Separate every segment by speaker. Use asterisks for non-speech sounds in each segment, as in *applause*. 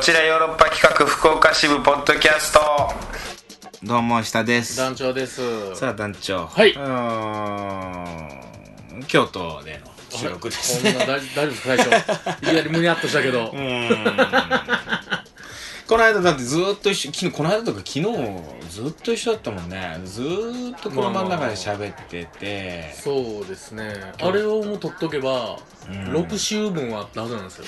Speaker 1: ちらヨーロッパ企画福岡支部ポッドキャストどうも下です
Speaker 2: 団長です。
Speaker 1: さあ団長
Speaker 2: はいう
Speaker 1: ーん京都での収録です
Speaker 2: こんな
Speaker 1: ね
Speaker 2: 大大丈夫ですか、最
Speaker 1: *laughs*
Speaker 2: 初。いきなり胸アッとしたけど。
Speaker 1: うーんこの間だってずーっと一緒昨日この間とか昨日ずーっと一緒だったもんねずーっと車の中で喋ってて
Speaker 2: そうですね。あれをもう取っとけば、
Speaker 1: ん
Speaker 2: 6週分はあったはずなんですよ。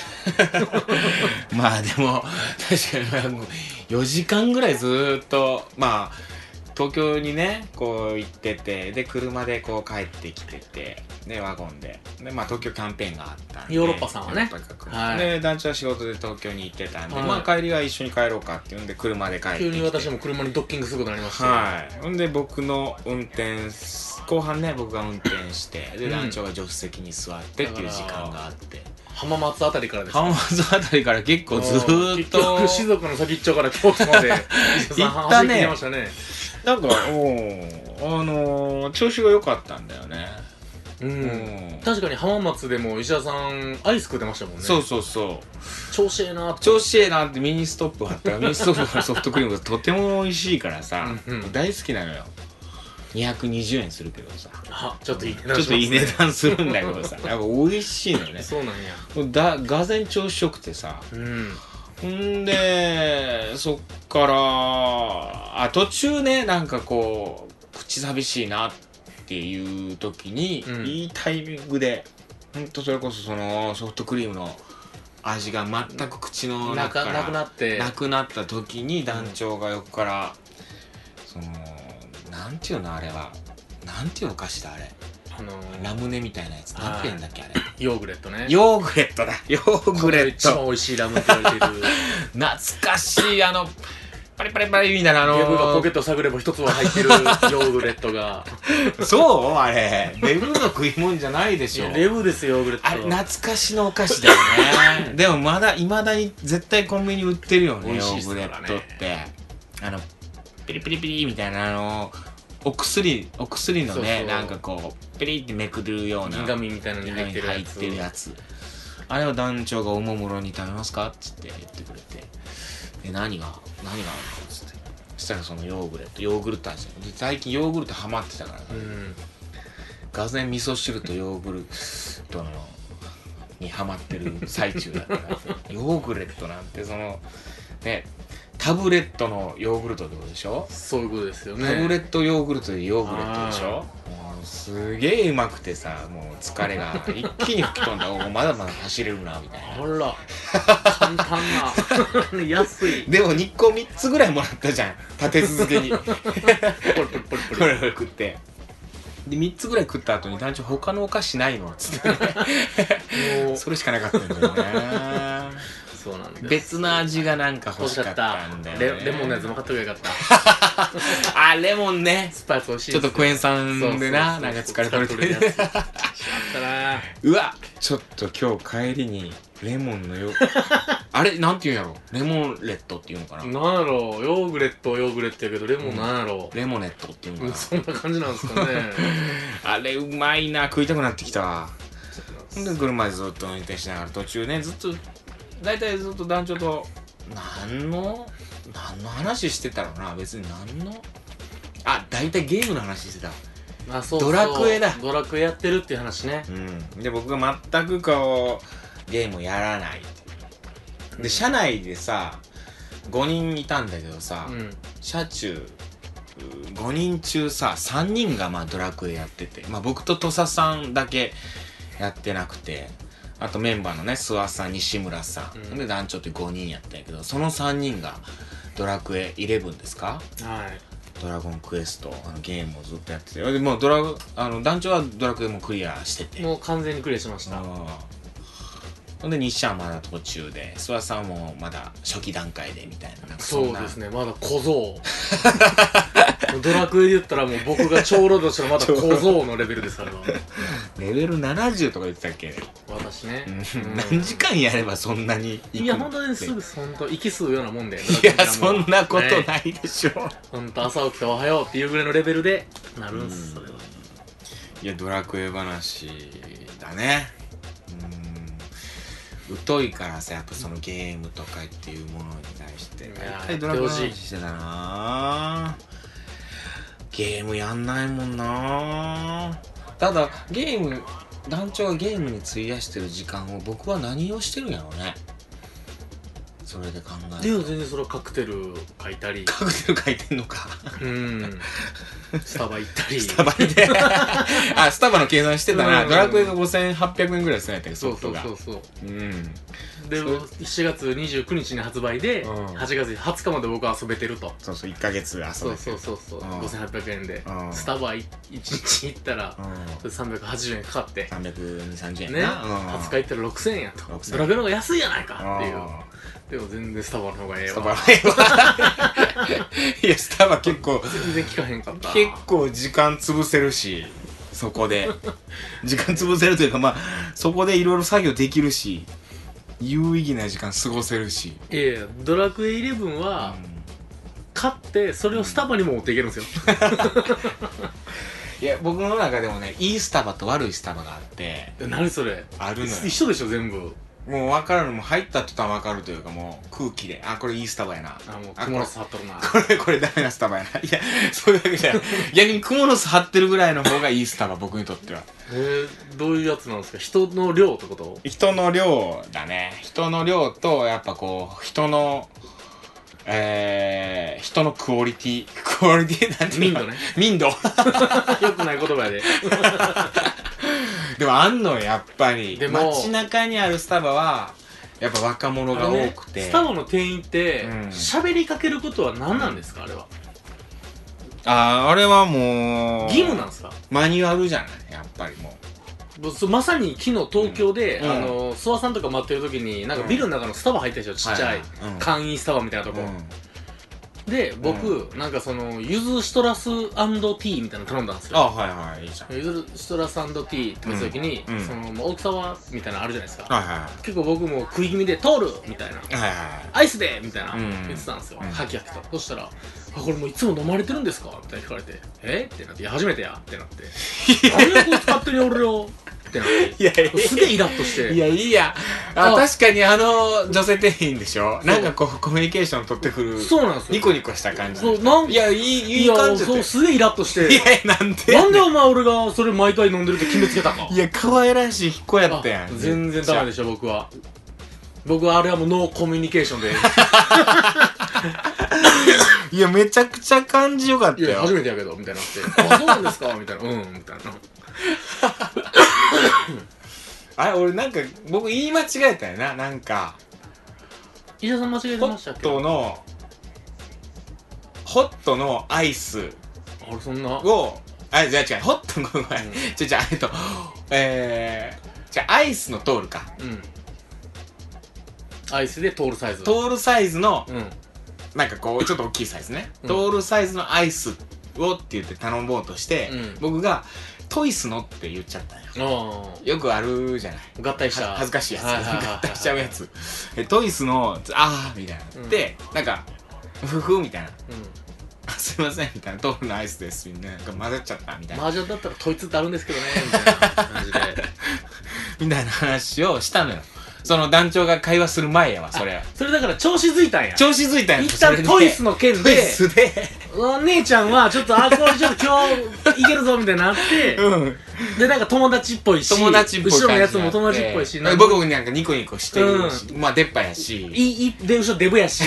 Speaker 1: *laughs* まあでも確かにあの4時間ぐらいずーっとまあ東京にねこう行っててで車でこう帰ってきててでワゴンでで、まあ、東京キャンペーンがあったんで
Speaker 2: ヨーロッパさんはね
Speaker 1: ヨーロッパ各国
Speaker 2: はい
Speaker 1: で団長は仕事で東京に行ってたんで、
Speaker 2: はい
Speaker 1: まあ帰りは一緒に帰ろうかっていうんで車で帰ってき
Speaker 2: 急
Speaker 1: て
Speaker 2: に私も車にドッキングすることになりました。
Speaker 1: はいほんで僕の運転す後半ね僕が運転してで
Speaker 2: うん
Speaker 1: 団長が助手席に座ってっていう時間があって
Speaker 2: 浜松あたりからですね。
Speaker 1: 浜松あたりから結構ずーっ
Speaker 2: 結
Speaker 1: と
Speaker 2: 局静岡の先っちょから京都まで、石田さ
Speaker 1: *laughs* 行
Speaker 2: ん
Speaker 1: ったね
Speaker 2: 走りきりましたね。
Speaker 1: なんか、おーあのー、調子が良かったんだよね。
Speaker 2: う。
Speaker 1: うん
Speaker 2: 確かに浜松でも石田さん、アイス食ってましたもんね。
Speaker 1: そうそうそう。
Speaker 2: 調子ええなって。
Speaker 1: 調子ええなってミニストップ貼った *laughs* ら、ミニストップのソフトクリームがとても美味しいからさ、
Speaker 2: うんうん
Speaker 1: 大好きなのよ。220円するけどさ。
Speaker 2: あ、ちょっといい値
Speaker 1: ちょ
Speaker 2: 段
Speaker 1: っ
Speaker 2: します
Speaker 1: と
Speaker 2: ね
Speaker 1: いい値段するんだけど *laughs* さ、やっぱ美味しいのね。
Speaker 2: そうなんや。
Speaker 1: だ、がぜん調子よくてさ。
Speaker 2: うん。
Speaker 1: ほんで、そっから、あ、途中ね、なんかこう、口寂しいなっていう時に、
Speaker 2: うん
Speaker 1: いいタイミングで、ほんとそれこそそのソフトクリームの味が全く口の
Speaker 2: な
Speaker 1: 中か
Speaker 2: からなくなって。
Speaker 1: なくなった時に団長が横から、その、なんていうのあれは、なんていうお菓子だあれ、
Speaker 2: あのー
Speaker 1: ラムネみたいなやつ、
Speaker 2: はい
Speaker 1: 何て言うんだっけあれ。
Speaker 2: ヨーグレットね。
Speaker 1: ヨーグレットだヨーグレッ
Speaker 2: 一
Speaker 1: ト
Speaker 2: 番美味しいラムって言われてる。
Speaker 1: 懐かしいあのパリパリパリみたいな *laughs* あの
Speaker 2: デブがポケット探れば一つは入ってるヨーグレットが。
Speaker 1: そうあれデブの食い物じゃないで
Speaker 2: い
Speaker 1: しょ
Speaker 2: やレブですよ、ヨーグレット。
Speaker 1: あれ懐かしのお菓子だよねでもまだいまだに絶対コンビニ売ってるよね
Speaker 2: 美
Speaker 1: ヨ
Speaker 2: 味しい
Speaker 1: ー
Speaker 2: っす
Speaker 1: グ
Speaker 2: か
Speaker 1: レ
Speaker 2: ら
Speaker 1: ッ
Speaker 2: ね
Speaker 1: トってあのピリピリピリみたいなあのお薬お薬のね
Speaker 2: そうそう
Speaker 1: なんかこうピリってめくるような
Speaker 2: 銀紙みたいなのに
Speaker 1: 中
Speaker 2: 入っ
Speaker 1: に
Speaker 2: てる
Speaker 1: 入
Speaker 2: や
Speaker 1: っ
Speaker 2: つ。
Speaker 1: てるやつあれを団長がおもむろに食べますかっつって言ってくれて「え何が何があるの?」っつってそしたらそのヨーグレットヨーグルト味で最近ヨーグルトハマってたからさ
Speaker 2: うん。
Speaker 1: がぜん味噌汁とヨーグルトのにハマってる最中だからさ *laughs* ヨーグレットなんてそのねタブレットのヨーグルトってことでしょ
Speaker 2: そういうことですよね。
Speaker 1: タブレットヨーグルトでヨーグレットでしょもうすげえうまくてさもう疲れ *laughs* が一気に吹き飛んだおまだまだ走れるなみたいな
Speaker 2: あら。 *laughs* 簡単
Speaker 1: *laughs*
Speaker 2: な。安い。
Speaker 1: でも日光3つぐらいもらったじゃん立て続けにこ
Speaker 2: ポリポリポリポリ。
Speaker 1: れ食ってで3つぐらい食った後に団長他のお菓子ないのっ *laughs* つって
Speaker 2: もう
Speaker 1: それしかなかったんだよね
Speaker 2: そうなんです。
Speaker 1: 別の味がなんか欲
Speaker 2: 欲
Speaker 1: し
Speaker 2: し
Speaker 1: か
Speaker 2: か
Speaker 1: っ
Speaker 2: ったた
Speaker 1: んだ。よ、ね、
Speaker 2: レレモンのやつも買っとけばよかった。
Speaker 1: *laughs* あレモンね
Speaker 2: スパイス美味しい
Speaker 1: ちょっとクエン酸
Speaker 2: そうそうそ
Speaker 1: で
Speaker 2: う
Speaker 1: ななんか疲れ取れて
Speaker 2: 疲れ取やつ。あったな
Speaker 1: うわちょっと今日帰りにレモンの *laughs* よあれなんて言うんやろレモンレットっていうのかな、
Speaker 2: なんやろう、ヨーグレットはヨーグレットやけど、レモンなんやろう。
Speaker 1: レモネットっていうのか
Speaker 2: *laughs* そんな感じなんですかね。
Speaker 1: なあれうまいな食いたくなってきたほんで車でずっと運転しながら途中ねずっと大体ずっと団長と何の何の話してたろうな別に何のあ大体ゲームの話してた
Speaker 2: あそう
Speaker 1: ドラクエだ
Speaker 2: ドラクエやってるっていう話ね
Speaker 1: うんで僕が全くこうゲームをやらないっていうで車内でさ5人いたんだけどさ、
Speaker 2: うん
Speaker 1: 車中5人中さ3人がまあドラクエやってて、まあ、僕と土佐さんだけやってなくてあとメンバーのね諏訪さん西村さん、
Speaker 2: うん
Speaker 1: で団長って5人やったんやけどその3人が「ドラクエ11」ですか
Speaker 2: はい
Speaker 1: ドラゴンクエストあのゲームをずっとやっててでもうドラあの団長はドラクエもクリアしてて
Speaker 2: もう完全にクリアしました
Speaker 1: あーほんで西ちゃんはまだ途中で諏訪さんもまだ初期段階でみたいななんかん
Speaker 2: そう
Speaker 1: な
Speaker 2: ですねまだ小僧 *laughs* ドラクエで言ったらもう僕が長老として
Speaker 1: *laughs*
Speaker 2: はまだ小僧のレベルですから
Speaker 1: レベル70とか言ってたっけ、
Speaker 2: 私ね、う
Speaker 1: *laughs*
Speaker 2: ん
Speaker 1: 何時間やればそんなにいくの
Speaker 2: いや本当にすぐほんと息吸うようなもんでい
Speaker 1: いやそんなこと
Speaker 2: ね、
Speaker 1: ないでしょ、
Speaker 2: ほんと朝起きておはようっていうぐらいのレベルでなるんすそれはい
Speaker 1: やドラクエ話だね疎いからさやっぱそのゲームとかっていうものに対して
Speaker 2: いや
Speaker 1: 大体ドラクエの
Speaker 2: やって
Speaker 1: 話
Speaker 2: ほしい
Speaker 1: してたなゲームやんないもんなただゲーム団長がゲームに費やしてる時間を僕は何をしてるんやろうねそれで考え
Speaker 2: で
Speaker 1: る
Speaker 2: も全然それはカクテル書いたり
Speaker 1: カクテル書いてんのか
Speaker 2: うんスタバ行ったり
Speaker 1: スタバ
Speaker 2: *laughs*
Speaker 1: であスタバの計算してた
Speaker 2: う
Speaker 1: な、
Speaker 2: ん
Speaker 1: ドラクエが5800円ぐらいするんやったけど
Speaker 2: そ
Speaker 1: ソ
Speaker 2: う
Speaker 1: フ
Speaker 2: そ
Speaker 1: ト
Speaker 2: う
Speaker 1: が
Speaker 2: そうそう
Speaker 1: うん
Speaker 2: で
Speaker 1: そう
Speaker 2: 7月29日に発売で
Speaker 1: うん
Speaker 2: 8月20日まで僕は遊べてると
Speaker 1: そうそう1ヶ月遊べて
Speaker 2: そうそうそうそう
Speaker 1: うん
Speaker 2: 5800円で
Speaker 1: うん
Speaker 2: スタバ1日行ったら
Speaker 1: うん
Speaker 2: 380円かかって
Speaker 1: 32030円
Speaker 2: ね
Speaker 1: な、うん
Speaker 2: 20日行ったら6000円やと
Speaker 1: 6000
Speaker 2: ドラベルの方が安いやないかっていう
Speaker 1: あ
Speaker 2: でも全然スタバの方がえ
Speaker 1: ー
Speaker 2: え
Speaker 1: スタ
Speaker 2: わ
Speaker 1: バはいや *laughs* スタバ結構
Speaker 2: 全然聞かへんかった
Speaker 1: 結構時間潰せるしそこで時間潰せるというかまあそこでいろいろ作業できるし有意義な時間過ごせるし、
Speaker 2: いやいやドラクエイレブン
Speaker 1: うん
Speaker 2: は買ってそれをスタバにも持っていけるんですよ
Speaker 1: いや僕の中でもねいいスタバと悪いスタバがあって
Speaker 2: え何それ
Speaker 1: あるのよ
Speaker 2: 一緒でしょ全部
Speaker 1: もう分かるのもう入った途端分かるというかもう空気であこれいいスタバやな
Speaker 2: あもう
Speaker 1: あ
Speaker 2: クモの巣張っとるな
Speaker 1: これ、 *laughs* これダメなスタバやな。いや、そういうわけじゃない。逆にクモの巣張ってるぐらいの方がいいスタバ、僕にとっては。
Speaker 2: えー、どういうやつなんですか人の量ってこと
Speaker 1: 人の量だね。人の量と、やっぱこう、人の、えー、人のクオリティ。クオリティなんて言うの
Speaker 2: 民度ね。
Speaker 1: 民度。 *laughs*
Speaker 2: *laughs* よくない言葉やで
Speaker 1: でもあんのよやっぱり。
Speaker 2: で
Speaker 1: で
Speaker 2: も
Speaker 1: 街中にあるスタバは、やっぱ若者が多くて。
Speaker 2: スタバの店員って
Speaker 1: うん
Speaker 2: 喋、りかけることは何なんですかあれは
Speaker 1: あー、あれはもう、
Speaker 2: 義務なんですか
Speaker 1: マニュアルじゃないやっぱりもう。
Speaker 2: もうそまさに昨日東京で、
Speaker 1: うん
Speaker 2: あの諏訪さんとか待ってる時になんかビルの中のスタバ入ったでしょちっちゃ
Speaker 1: は
Speaker 2: い、
Speaker 1: いはいうん
Speaker 2: 簡易スタバみたいなとこ、
Speaker 1: うん
Speaker 2: で僕、なんかそのゆずシトラスティーみたいなの頼んだんです
Speaker 1: あ、
Speaker 2: よ
Speaker 1: はいはい、いいじゃん。
Speaker 2: ゆずシトラスティーって言った時に、
Speaker 1: うんうん
Speaker 2: そのもう大きさはみたいなのあるじゃないですか、
Speaker 1: はいは。
Speaker 2: 結構僕も食い気味で「通る!」みたいない
Speaker 1: はいはいはい。
Speaker 2: アイスでみたいな
Speaker 1: うん
Speaker 2: 言ってたんですよ、
Speaker 1: うん
Speaker 2: ハキハキとそしたら「あこれもういつも飲まれてるんですか?」みたいな聞かれて「えっ?」てなって「いや初めてや」ってなって「何でこいつ勝手に俺を」ってなって
Speaker 1: いやいや
Speaker 2: すげえイラッとして
Speaker 1: いや、いいや。あ、
Speaker 2: あ
Speaker 1: 確かにあの女性店員でしょなんかこう、コミュニケーション取ってくる。
Speaker 2: そうなんですよ
Speaker 1: ニコニコした感じ。
Speaker 2: そうなん
Speaker 1: いや、いい、い
Speaker 2: い
Speaker 1: い
Speaker 2: や
Speaker 1: 感じだっ
Speaker 2: そう
Speaker 1: た
Speaker 2: すげえイラッとして
Speaker 1: よいや、なんで
Speaker 2: なんでお前俺がそれ毎回飲んでるって決めつけたか
Speaker 1: いや、可愛らしい子やったや
Speaker 2: あ
Speaker 1: ん。
Speaker 2: 全然ダメでしょ僕は僕はあれはもうノーコミュニケーションで
Speaker 1: いや、めちゃくちゃ感じよかった
Speaker 2: いや初
Speaker 1: よ。
Speaker 2: めてやけどみたいになってあそうなんですかみたいなうんみたいな
Speaker 1: あれ、俺なんか、僕言い間違えたよな。なんか、
Speaker 2: 医者さん間違えて
Speaker 1: ホ
Speaker 2: ましたっ
Speaker 1: ッ
Speaker 2: け
Speaker 1: トの、ホットのアイス
Speaker 2: あれそんな
Speaker 1: を、あ、じゃあ違う、ホットの、ごめん。じゃじゃえっと、えー、じゃあアイスの通るか。
Speaker 2: うんアイスでトールサイズ
Speaker 1: トールサイズの、
Speaker 2: うん
Speaker 1: なんかこう、ちょっと大きいサイズね。
Speaker 2: うん
Speaker 1: トールサイズのアイスをって言って頼もうとして、
Speaker 2: うん
Speaker 1: 僕が、トイスのって言っちゃったんよ。
Speaker 2: あ
Speaker 1: よくあるじゃない。
Speaker 2: あ合体した
Speaker 1: は恥ずかしいやつ。
Speaker 2: ははは
Speaker 1: 合体しちゃうやつ。えトイスの、あーみたいな。
Speaker 2: うん
Speaker 1: で、なんか、ふふみたいな。
Speaker 2: う
Speaker 1: あすいません、みたいな。トールのアイスです。みんな、なんか混ざっちゃった、みたい
Speaker 2: ん
Speaker 1: な。
Speaker 2: 麻雀だったらトイツってあるんですけどねみたいな感じで
Speaker 1: みたいな話をしたのよ。その団長が会話する前やわ、それ。
Speaker 2: それだから調子づいたんや
Speaker 1: 調子づいたんや
Speaker 2: 一旦トイス
Speaker 1: の
Speaker 2: の件
Speaker 1: トイ
Speaker 2: で
Speaker 1: スで。
Speaker 2: お姉ちゃんはちょっとあこれちょっと今日いけるぞみたいになって
Speaker 1: うん。
Speaker 2: でなんか友達っぽいし
Speaker 1: 友達っぽい感じ
Speaker 2: 後ろのやつも友達っぽいし
Speaker 1: なんか僕もなんかニコニコしてるし、まあ出っ歯やし
Speaker 2: いいで後ろデブや
Speaker 1: *laughs*
Speaker 2: し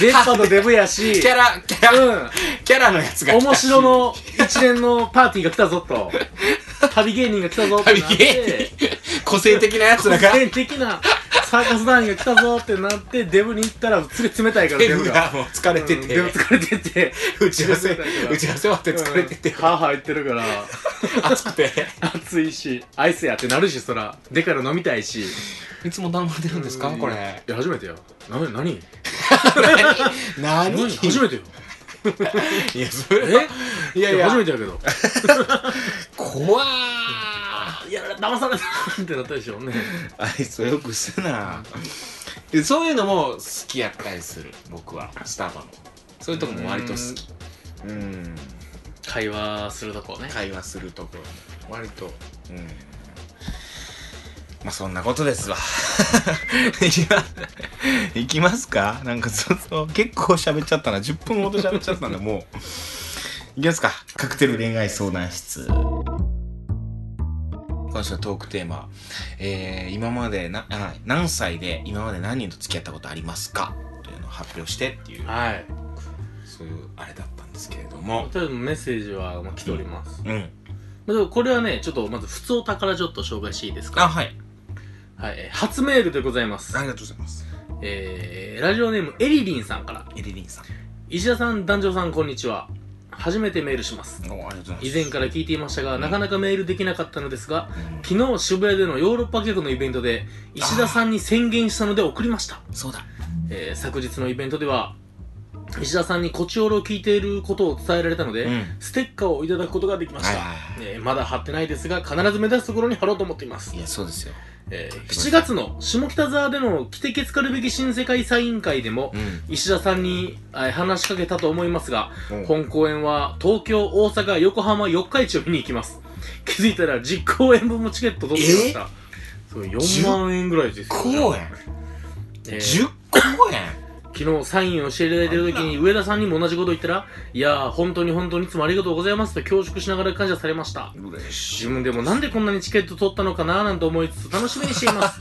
Speaker 2: 出っ歯のデブや
Speaker 1: キ
Speaker 2: し
Speaker 1: ャラキャラ、
Speaker 2: うん
Speaker 1: キャラのやつが来たし
Speaker 2: 面白の一連のパーティーが来たぞと旅芸人が来たぞって
Speaker 1: 旅
Speaker 2: なっ
Speaker 1: 芸
Speaker 2: て
Speaker 1: 人個性的なやつらが
Speaker 2: 古典的なサーカス団員が来たぞってなってデブに行ったらすげえ冷たいから
Speaker 1: デブがもう疲れて
Speaker 2: うん
Speaker 1: て、
Speaker 2: デブ疲れてて
Speaker 1: 打ち合わせ打ち合わせ終わって *laughs* 疲れてて
Speaker 2: うん、歯入ってるから
Speaker 1: 暑くて
Speaker 2: 暑いしアイスやってなるしそらでから飲みたいし
Speaker 1: いつも頼まれてるんですか
Speaker 2: うん
Speaker 1: これ
Speaker 2: いや初めてよな何
Speaker 1: 何
Speaker 2: 何初めてよ
Speaker 1: いやそれは
Speaker 2: え
Speaker 1: いやいや
Speaker 2: 初めてやけど
Speaker 1: 怖ー
Speaker 2: いや騙されたってなったでしょうね
Speaker 1: あいつよくすなでそういうのも好きやったりする僕はスタバのそういうとこも割と好きうん
Speaker 2: 会話するとこね
Speaker 1: 会話するところ割とうんまあそんなことですわ *laughs* いきまいきますかなんかそうそう結構喋っちゃったな10分ほど喋っちゃったんでもういきますかカクテル恋愛相談室今週のトークテーマ、えー、今までなあ何歳で今まで何人と付き合ったことありますかというのを発表してっていう
Speaker 2: はい
Speaker 1: そういうあれだったんですけれど
Speaker 2: まあ
Speaker 1: も
Speaker 2: とりあえずメッセージはまあ来ております、
Speaker 1: うん
Speaker 2: まあ、でもこれはねちょっとまず普通お宝ちょっと紹介していいです
Speaker 1: あ
Speaker 2: か
Speaker 1: はい
Speaker 2: はいえー初メールでございます
Speaker 1: ありがとうございます
Speaker 2: えー、ラジオネームエリリンさんから
Speaker 1: エリリンさん
Speaker 2: 石田さん団長さんこんにちは初めてメールします
Speaker 1: おありがとうございます
Speaker 2: 以前から聞いていましたが、
Speaker 1: うん
Speaker 2: なかなかメールできなかったのですが
Speaker 1: うん
Speaker 2: 昨日渋谷でのヨーロッパ客のイベントで石田さんに宣言したので送りました、
Speaker 1: そうだ
Speaker 2: えー昨日のイベントでは石田さんにコチオロを聞いていることを伝えられたので、
Speaker 1: うん
Speaker 2: ステッカーをいただくことができました、
Speaker 1: はい
Speaker 2: えーまだ貼ってないですが必ず目指すところに貼ろうと思っています
Speaker 1: い、やそうですよ
Speaker 2: えー7月の下北沢での「来てけつかるべき新世界祭委員会」でも
Speaker 1: うん
Speaker 2: 石田さんにえー話しかけたと思いますが
Speaker 1: ほん
Speaker 2: 本公演は東京大阪横浜四日市を見に行きます気づいたら10公演分もチケット取ってましたそう4万円ぐらいですよ、
Speaker 1: 公演
Speaker 2: えー
Speaker 1: 10公演
Speaker 2: 昨日サインをしていただいてる時に上田さんにも同じこと言ったら「いやー本当に本当にいつもありがとうございます」と恐縮しながら感謝されました
Speaker 1: 嬉し
Speaker 2: 自
Speaker 1: い
Speaker 2: 分でもなんでこんなにチケット取ったのかなーなんて思いつつ楽しみにしています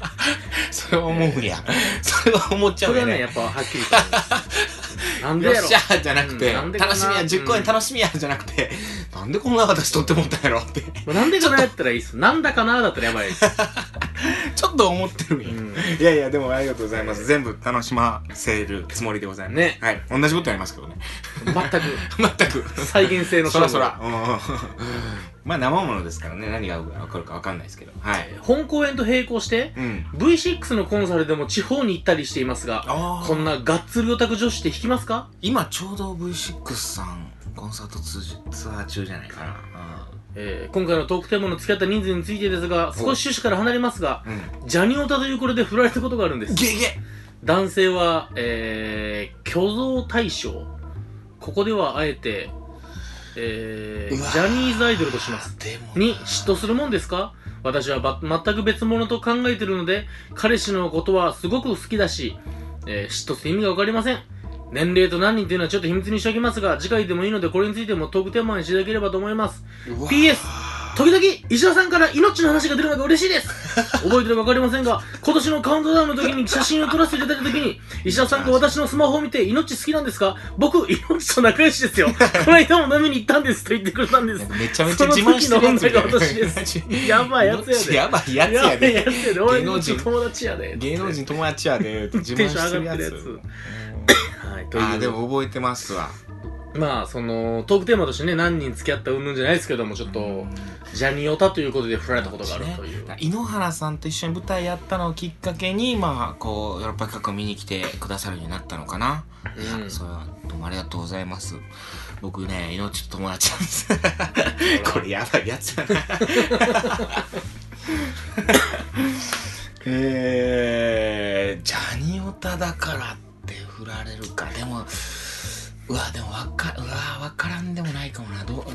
Speaker 1: それは思うやんそれは思っちゃ
Speaker 2: そうれは
Speaker 1: や
Speaker 2: ねや
Speaker 1: ね
Speaker 2: っぱはっきりと思い
Speaker 1: *laughs*
Speaker 2: ますなんで
Speaker 1: よっ
Speaker 2: やろ
Speaker 1: しゃーじゃなくて
Speaker 2: うんなんでかな
Speaker 1: 楽しみや10公演楽しみやじゃなくてなんでこんな私撮ってもったんやろって
Speaker 2: まあなんでかなやったらいいっすなんだかなーだったらやばいです、
Speaker 1: ちょっと思ってるん
Speaker 2: う
Speaker 1: や
Speaker 2: ん
Speaker 1: いやいやでもありがとうございます全部楽しませるつもりでございます
Speaker 2: ね
Speaker 1: はい同じことやりますけどね
Speaker 2: 全く
Speaker 1: 全
Speaker 2: *laughs*
Speaker 1: く
Speaker 2: 再現性の
Speaker 1: そ
Speaker 2: 勝
Speaker 1: ら
Speaker 2: 負
Speaker 1: そらうんまあ生ものですからね何が起こるか分かんないですけどはい
Speaker 2: 本公演と並行して
Speaker 1: うん
Speaker 2: V6 のコンサルでも地方に行ったりしていますが
Speaker 1: あー
Speaker 2: こんながっつりオタク女子って弾きますか
Speaker 1: 今ちょうど V6 さんコンサート通じツアー中じゃないかな
Speaker 2: えー今回のトークテーマの付き合った人数についてですが少し趣旨から離れますが
Speaker 1: うん、うん、
Speaker 2: ジャニオタというこれで振られたことがあるんです
Speaker 1: ゲゲ
Speaker 2: 男性はえー、虚像大賞ここではあえてえー、ジ
Speaker 1: うわ
Speaker 2: ャニーズアイドルとします
Speaker 1: でも
Speaker 2: に嫉妬するもんですか私はば全く別物と考えてるので彼氏のことはすごく好きだし、えー嫉妬する意味が分かりません年齢と何人というのはちょっと秘密にしておきますが次回でもいいのでこれについてもトークテーマにしていただければと思います
Speaker 1: うわ
Speaker 2: PS 時々石田さんから命の話が出るのが嬉しいです覚えてるか分かりませんが今年のカウントダウンの時に写真を撮らせていただいた時に石田さんと私のスマホを見て命好きなんですか僕命と仲良しですよこの間も飲みに行ったんですと言ってくれたんです
Speaker 1: なんかめちゃめちゃ自慢してるやつみたいな
Speaker 2: その時の女が私やばいやつやで
Speaker 1: やばいやつや
Speaker 2: *laughs* やべえや
Speaker 1: で
Speaker 2: つやで俺
Speaker 1: 芸
Speaker 2: の
Speaker 1: 能人
Speaker 2: 友達やで
Speaker 1: 芸能人友達やでって自慢してるや
Speaker 2: テンション上がってるや
Speaker 1: つ
Speaker 2: つ
Speaker 1: うん
Speaker 2: はいという
Speaker 1: あーでも覚えてますわ
Speaker 2: まあそのトークテーマとしてね何人付き合ったうんぬんじゃないですけどもちょっと、
Speaker 1: うん
Speaker 2: ジャニオタということで振られたことがあるという、
Speaker 1: ね井ノ原さんと一緒に舞台やったのをきっかけにまあこうヨーロッパ企画を見に来てくださるようになったのかな、
Speaker 2: うん
Speaker 1: いやそれはどうもありがとうございます僕ね命と友達なんです *laughs* これやばいやつだな *laughs* えー、ジャニオタだからって振られるかでもうわでもわかうわわからんでもないかもなどうわ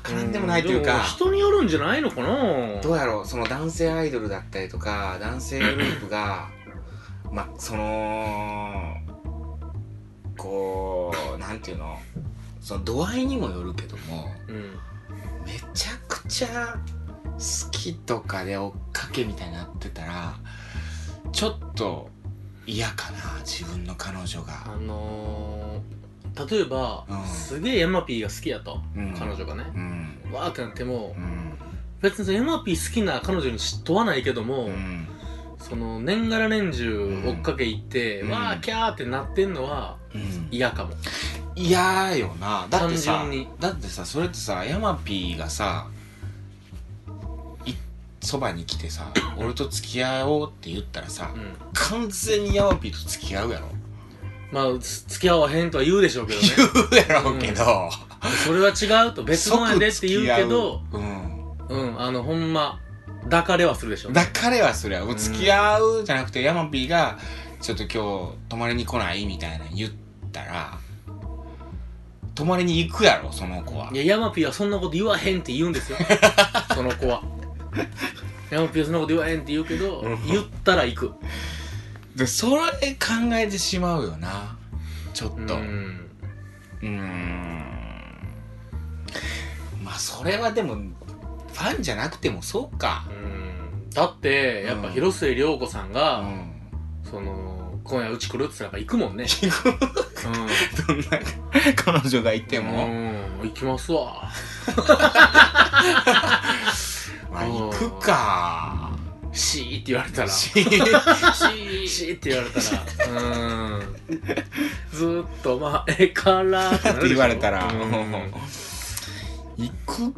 Speaker 1: からんでもないというか、
Speaker 2: でも人によるんじゃないのかな
Speaker 1: どうやろうその男性アイドルだったりとか男性グループがまあそのこうなんていうのその度合いにもよるけども
Speaker 2: うん
Speaker 1: めちゃくちゃ好きとかで追っかけみたいになってたらちょっと嫌かな自分の彼女
Speaker 2: あ
Speaker 1: が。
Speaker 2: のー、例えば、
Speaker 1: うん
Speaker 2: すげえヤマピーが好きやと、
Speaker 1: うん
Speaker 2: 彼女がね
Speaker 1: うん
Speaker 2: わーってなっても、
Speaker 1: うん
Speaker 2: 別にそのヤマピー好きな彼女に嫉妬はないけども、
Speaker 1: うん
Speaker 2: その年がら年中追っかけ行って、
Speaker 1: うん
Speaker 2: わーキャーってなってんのは
Speaker 1: うん
Speaker 2: 嫌かも
Speaker 1: 嫌よなだってさ
Speaker 2: 単純に
Speaker 1: だってさそれってさヤマピーがさいそばに来てさ俺と付き合おうって言ったらさ
Speaker 2: うん
Speaker 1: 完全にヤマピーと付き合うやろ
Speaker 2: まあつ付き合わへんとは言うでしょうけどね
Speaker 1: 言うやろうけど、
Speaker 2: それは違うと別物やでって言うけど
Speaker 1: 即付き合ううん
Speaker 2: うんあのほんま抱かれはするでしょ
Speaker 1: だ彼はそりゃもう付き合うじゃなくてヤマピーがちょっと今日泊まりに来ないみたいなの言ったら泊まりに行くやろその子はい
Speaker 2: やヤマピーはそんなこと言わへんって言うんですよその子は山ピアスのこと言わへんって言うけど、
Speaker 1: うん
Speaker 2: 言ったら行く
Speaker 1: でそれ考えてしまうよなちょっとうん
Speaker 2: ん
Speaker 1: んまあそれはでもファンじゃなくてもそうか
Speaker 2: うんだってやっぱ
Speaker 1: うん
Speaker 2: 広末涼子さん
Speaker 1: う
Speaker 2: が、
Speaker 1: ん
Speaker 2: その今夜うち来るって言ったらやっぱ行くもんねうん
Speaker 1: どんな *laughs* 彼女がいても、
Speaker 2: うん行きますわ
Speaker 1: まあ行くか
Speaker 2: シーって言われたらシ
Speaker 1: しし
Speaker 2: ーって言われたらうんずーっと前からっ
Speaker 1: って言われたら、
Speaker 2: うん
Speaker 1: 行く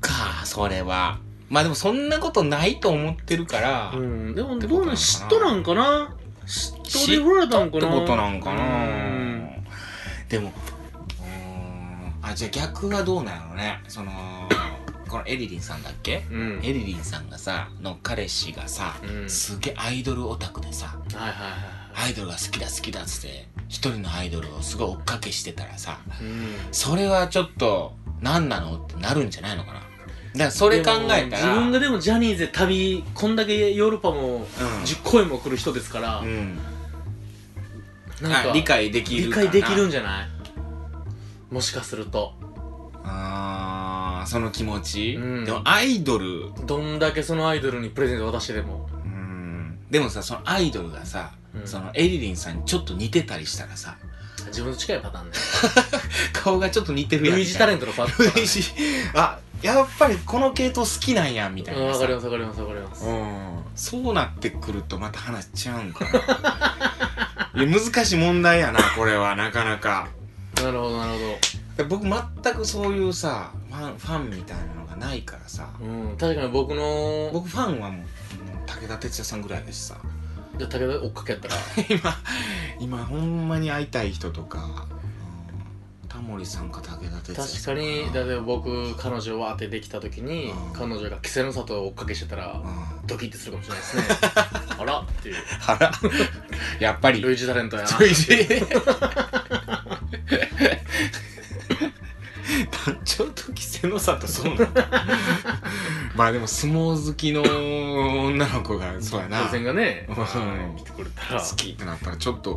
Speaker 1: かそれはまあでもそんなことないと思ってるから、
Speaker 2: うんでも
Speaker 1: て
Speaker 2: ど
Speaker 1: こと
Speaker 2: う
Speaker 1: な
Speaker 2: なん
Speaker 1: のかな
Speaker 2: 嫉妬なんかな嫉妬で振られたんか
Speaker 1: って
Speaker 2: な
Speaker 1: ことなんかな、
Speaker 2: うん
Speaker 1: でもうーんあじゃあ逆はどうなんやろねそのこのエリリンさんだっけ
Speaker 2: うん
Speaker 1: エリリンさんがさの彼氏がさ、
Speaker 2: うん
Speaker 1: すげえアイドルオタクでさ
Speaker 2: はいはいは
Speaker 1: アイドルが好きだ好きだっつって一人のアイドルをすごい追っかけしてたらさ
Speaker 2: いうん
Speaker 1: それはちょっと何なのってなるんじゃないのかなだからそれ考えたら
Speaker 2: でも自分がでもジャニーズで旅こんだけヨーロッパも
Speaker 1: うん
Speaker 2: 10公演も来る人ですから、
Speaker 1: うん
Speaker 2: なんか
Speaker 1: あ理解できる
Speaker 2: 理
Speaker 1: かな
Speaker 2: 解できるんじゃないもしかすると
Speaker 1: あーその気持ち、
Speaker 2: うん
Speaker 1: でもアイドル
Speaker 2: どんだけそのアイドルにプレゼント渡してでも
Speaker 1: うんでもさそのアイドルがさ、
Speaker 2: うん
Speaker 1: そのエリリンさんにちょっと似てたりしたらさ
Speaker 2: 自分と近いパターンね
Speaker 1: 顔がちょっと似てるやん
Speaker 2: 類似タレ
Speaker 1: ン
Speaker 2: ントのパターン
Speaker 1: 類似 *laughs* あやっぱりこの系統好きなんやみたい
Speaker 2: うん
Speaker 1: な
Speaker 2: わ
Speaker 1: さ
Speaker 2: かりますわかりますわかります
Speaker 1: うんそうなってくるとまた話ちゃうんかな *laughs* いや難しい問題やなこれはなかなか
Speaker 2: なるほどなる
Speaker 1: 僕全くそういうさファンファンみたいなのがないからさ
Speaker 2: ほどうん確かに僕の
Speaker 1: 僕ファンはもううん武田鉄矢さんぐらいだしさ
Speaker 2: じゃあ武田追っかけやったら
Speaker 1: 今今ほんまに会いたい人とか、うんタモリさんか武田鉄矢
Speaker 2: 確
Speaker 1: さ
Speaker 2: か
Speaker 1: ん
Speaker 2: にだって僕彼女わーってできた時に
Speaker 1: うん
Speaker 2: 彼女が稀勢の里を追っかけしてたら
Speaker 1: うん
Speaker 2: ドキッてするかもしれないですねあらっていう
Speaker 1: *laughs* あら *laughs* やっぱ
Speaker 2: *laughs*
Speaker 1: り
Speaker 2: 類似タレントやな
Speaker 1: 類似団長と稀勢の里そうなんだ *laughs* まあでも相撲好きの女の子がそうやな
Speaker 2: 対戦がね
Speaker 1: うん
Speaker 2: はい来てくれたら
Speaker 1: 好きってなったらちょっと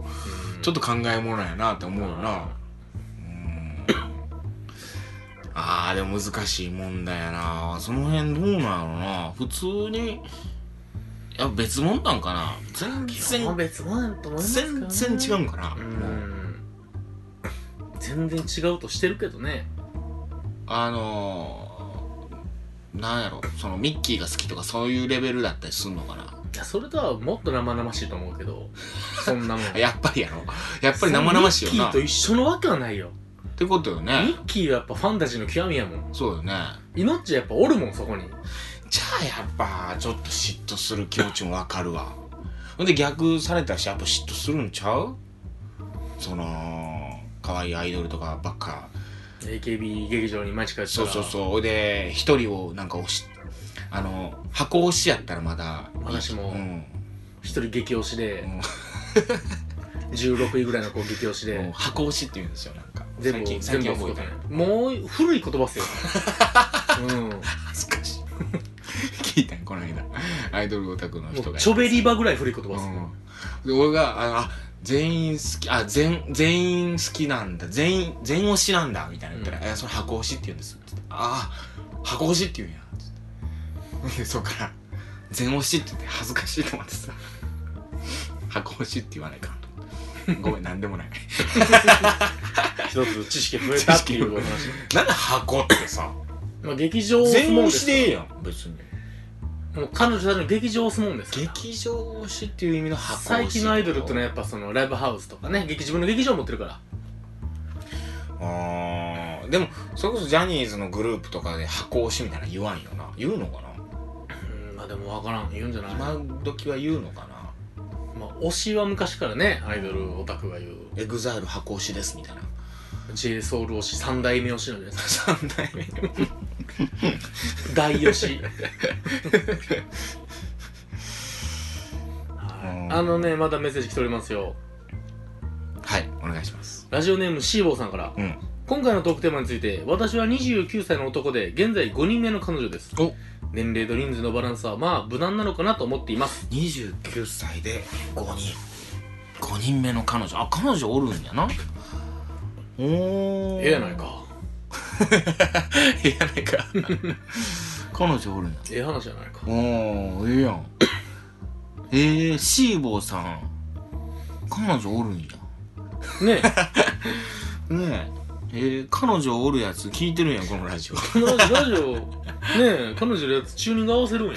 Speaker 2: うん
Speaker 1: ちょっと考えものやなって思うよなうんああでも難しい問題やなその辺どうなんやろな普通にいや別物なんかな全
Speaker 2: 基本
Speaker 1: 然
Speaker 2: 別物やと思いますけどね
Speaker 1: 全然違うんかな、
Speaker 2: うん全然違うとしてるけどね
Speaker 1: あのー、なんやろそのミッキーが好きとかそういうレベルだったりすんのかない
Speaker 2: やそれとはもっと生々しいと思うけど *laughs* そんなもん
Speaker 1: あやっぱりやろやっぱり生々しいよな
Speaker 2: ミッキーと一緒のわけはないよ
Speaker 1: ってことよ
Speaker 2: ミ
Speaker 1: ね
Speaker 2: ッキーはやっぱファンタジーの極みやもん
Speaker 1: そうよね
Speaker 2: 命やっぱおるもんそこに
Speaker 1: じゃあやっぱちょっと嫉妬する気持ちもわかるわほんで逆されたしやっぱ嫉妬するんちゃうその可愛いアイドルとかばっか
Speaker 2: AKB 劇場に毎日帰ってた
Speaker 1: そう
Speaker 2: ら
Speaker 1: そうそうほいで一人をなんか押しあの箱押しやったらまだ
Speaker 2: 私も
Speaker 1: うん
Speaker 2: 一人激推しで、
Speaker 1: うん
Speaker 2: *laughs* 16位ぐらいの子激推し
Speaker 1: もう
Speaker 2: で
Speaker 1: 箱押しって言うんですよなんか
Speaker 2: 全
Speaker 1: 最
Speaker 2: 部
Speaker 1: 近最近
Speaker 2: 全部
Speaker 1: 覚え
Speaker 2: 押
Speaker 1: た
Speaker 2: すことねもう古い言葉っす *laughs* ようん
Speaker 1: 恥ずかしい *laughs* 聞いたんこの間アイドルオタクの人
Speaker 2: も
Speaker 1: が
Speaker 2: うちょべり場ぐらい古い言葉っすよ、
Speaker 1: うん、で俺があのあ全員好きあ全全員好きなんだ全員全員推しなんだみたいな言ったら「
Speaker 2: うん
Speaker 1: いやそれ箱推しって言うんです」って言ってああ箱推しって言うんや」つってでそっから「全推し」って言って恥ずかしいと思ってさ *laughs* 箱推しって言わないかなと思ってごめん何でもない *laughs*
Speaker 2: 一つ知識増えたっていうお話
Speaker 1: なんで箱ってさ
Speaker 2: まあ劇場を押す
Speaker 1: 全
Speaker 2: もん
Speaker 1: 推
Speaker 2: で
Speaker 1: し
Speaker 2: す
Speaker 1: でええやん別に
Speaker 2: もう彼女たちの劇場を押すもんですから
Speaker 1: 劇場推しっていう意味の箱推し
Speaker 2: 最近のアイドルってのはやっぱそのライブハウスとかね劇自分の劇場持ってるから
Speaker 1: あーでもそれこそジャニーズのグループとかで箱推しみたいなの言わんよな言うのかな
Speaker 2: うんまあでも分からん言うんじゃない、ま
Speaker 1: 今時は言うのかな
Speaker 2: あ、推しは昔からねアイドルオタクが言う
Speaker 1: エグザイル箱推しですみたいな
Speaker 2: j ソ o ル推し三代目推しなんじゃ *laughs* ないです
Speaker 1: 三代目
Speaker 2: か大推しはいあのねまだメッセージ来ておりますよ
Speaker 1: *laughs* はいお願いします
Speaker 2: ラジオネームシーボーさんから
Speaker 1: うん
Speaker 2: 今回のトークテーマについて私は29歳の男で現在5人目の彼女です
Speaker 1: お
Speaker 2: 年齢と人数のバランスはまあ無難なのかなと思っています
Speaker 1: 29歳で5人5人目の彼女あ彼女おるんやなおお
Speaker 2: ええやないか
Speaker 1: *laughs* ええやないか *laughs* 彼女おるんや
Speaker 2: ええ話じゃないか
Speaker 1: おおええやんえー、シーボーさん彼女おるんや
Speaker 2: ねえ
Speaker 1: ねええー、彼女おるやつ聞いてるんやこのラ
Speaker 2: *laughs*
Speaker 1: ジオ
Speaker 2: 彼女彼女ねえ彼女のやつチューニング合わせるんや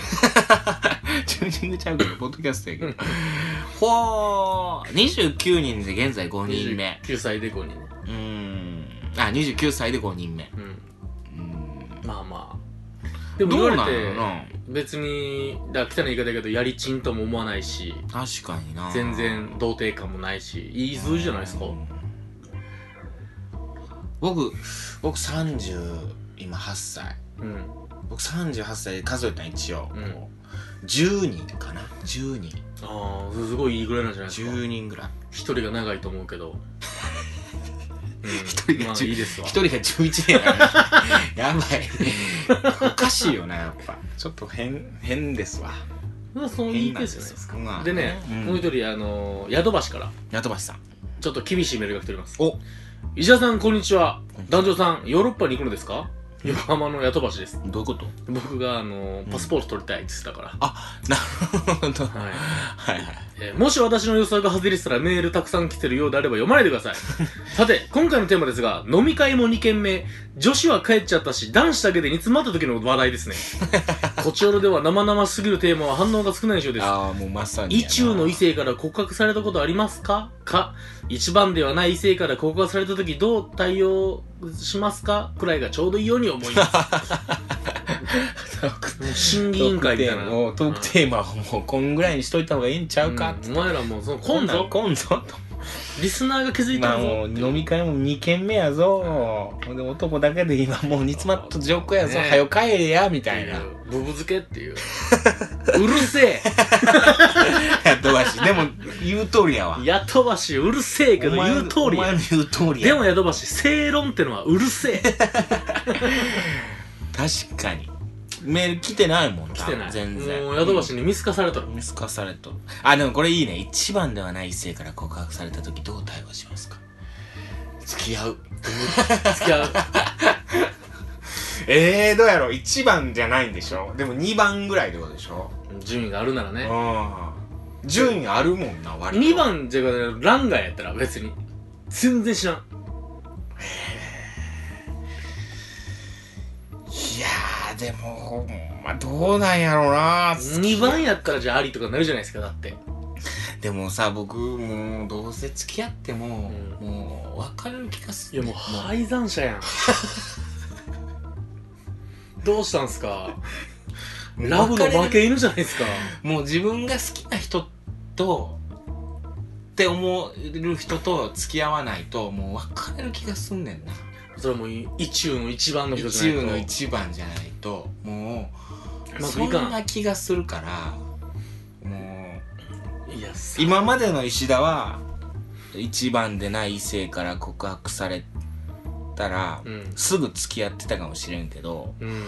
Speaker 1: チューニングちゃうけどポッドキャストやけど *laughs* ほー29人で現在5人目
Speaker 2: 9歳で5人
Speaker 1: うーんあ29歳で5人目
Speaker 2: うん
Speaker 1: うん
Speaker 2: まあまあでも
Speaker 1: どう
Speaker 2: 言
Speaker 1: な
Speaker 2: わ
Speaker 1: ん
Speaker 2: れ
Speaker 1: やろ
Speaker 2: て
Speaker 1: な
Speaker 2: 別にだから汚い言い方やけどやりちんとも思わないし
Speaker 1: 確かにな
Speaker 2: 全然童貞感もないしいい数字じゃないですか
Speaker 1: うん僕僕30今8歳
Speaker 2: うん
Speaker 1: 僕38歳で数えたん一応、
Speaker 2: うん
Speaker 1: 10人かな10人
Speaker 2: ああすごいいいぐらいなんじゃないですか
Speaker 1: 10人ぐらい
Speaker 2: 一人が長いと思う
Speaker 1: *laughs*
Speaker 2: けど一、
Speaker 1: 人が
Speaker 2: まあ
Speaker 1: 十
Speaker 2: いいですわ
Speaker 1: 1人が11人 *laughs* やからねやばいおかしいよなやっぱちょっと変変ですわ
Speaker 2: まあそのいい
Speaker 1: 変
Speaker 2: ケ
Speaker 1: なん
Speaker 2: ー
Speaker 1: で
Speaker 2: スじゃないですすか
Speaker 1: よまあ
Speaker 2: でね、
Speaker 1: うん
Speaker 2: もう一人あのー宿橋から
Speaker 1: ヤトバシさん
Speaker 2: ちょっと厳しいメールが来ております
Speaker 1: お
Speaker 2: 石田さんこんにちは
Speaker 1: こんにちは
Speaker 2: 団長さんヨーロッパに行くのですか横浜の宿橋です
Speaker 1: どういうこと
Speaker 2: 僕があのーパスポート取りたいって言ってたか
Speaker 1: あなるほど
Speaker 2: ら、はい
Speaker 1: はいはい
Speaker 2: えーもし私の予想が外れてたらメールたくさん来てるようであれば読まないでくだ
Speaker 1: *laughs*
Speaker 2: さい。さて、今回のテーマですが、飲み会も2件目、女子は帰っちゃったし、男子だけで煮詰まった時の話
Speaker 1: *laughs*
Speaker 2: 題ですね。こちらでは生々しすぎるテーマは反応が少ないようです。
Speaker 1: ああもうまさにやな
Speaker 2: 意中の異性から告白されたことありますかか、一番ではない異性から告白された時どう対応しますかくらいがちょうどいいように思
Speaker 1: *laughs*
Speaker 2: います。審議委員会みたいな。
Speaker 1: トークテーマをトークテーマをもうこんぐらいにしといた方がいいんちゃうか、
Speaker 2: うんお前らもうその、
Speaker 1: こ
Speaker 2: 今
Speaker 1: んぞ
Speaker 2: 度、
Speaker 1: こんぞと
Speaker 2: リスナーが気づい
Speaker 1: ま
Speaker 2: た
Speaker 1: あ
Speaker 2: ぞ。
Speaker 1: もう飲み会も2軒目やぞほんで男だけで今もう煮詰まった状況やぞ
Speaker 2: ね
Speaker 1: はよ帰れやみたいな
Speaker 2: っていうブブ漬けっていううるせ
Speaker 1: やっとばしでも言う通りやわ
Speaker 2: え雇わしうるせえけど
Speaker 1: お前
Speaker 2: 言う通り
Speaker 1: お前
Speaker 2: や
Speaker 1: の言う通りや
Speaker 2: でも雇わし正論ってのはうるせ
Speaker 1: *laughs*
Speaker 2: え
Speaker 1: 確かにメール来てないもんな
Speaker 2: 来てない
Speaker 1: 全然
Speaker 2: もう雇わしに見透かされたら
Speaker 1: 見透かされとるあでもこれいいね一番ではない異性から告白された時どう対応しますか付き合う
Speaker 2: 付き
Speaker 1: *laughs*
Speaker 2: 合う
Speaker 1: えー、どうやろう1番じゃないんでしょでも2番ぐらいってことでしょ
Speaker 2: 順位があるなら
Speaker 1: う
Speaker 2: ね
Speaker 1: ん順位あるもんな割と
Speaker 2: 2番じゃランガーやったら別に全然知らん
Speaker 1: いやーでもほんまどうなんやろうな
Speaker 2: 2番やったらじゃあありとかなるじゃないですかだって
Speaker 1: でもさ僕もうどうせ付き合っても、
Speaker 2: う
Speaker 1: もう別れる気がす
Speaker 2: いやもう廃山者やんどうしたんすか
Speaker 1: もう
Speaker 2: ラブの
Speaker 1: 別れる
Speaker 2: 負け犬じゃないですか
Speaker 1: もう自分が好きな人とって思える人と付き合わないともう別れる気がすんねんな
Speaker 2: それはもう一中の一番の人じ
Speaker 1: 一
Speaker 2: ゃ
Speaker 1: 部
Speaker 2: ないと
Speaker 1: の一番じゃないともう
Speaker 2: うまく
Speaker 1: そ
Speaker 2: い
Speaker 1: ん
Speaker 2: かん
Speaker 1: な気がするからも
Speaker 2: いやさ
Speaker 1: う今までの石田は一番でない異性から告白されたら
Speaker 2: うん
Speaker 1: すぐ付き合ってたかもしれんけど
Speaker 2: うん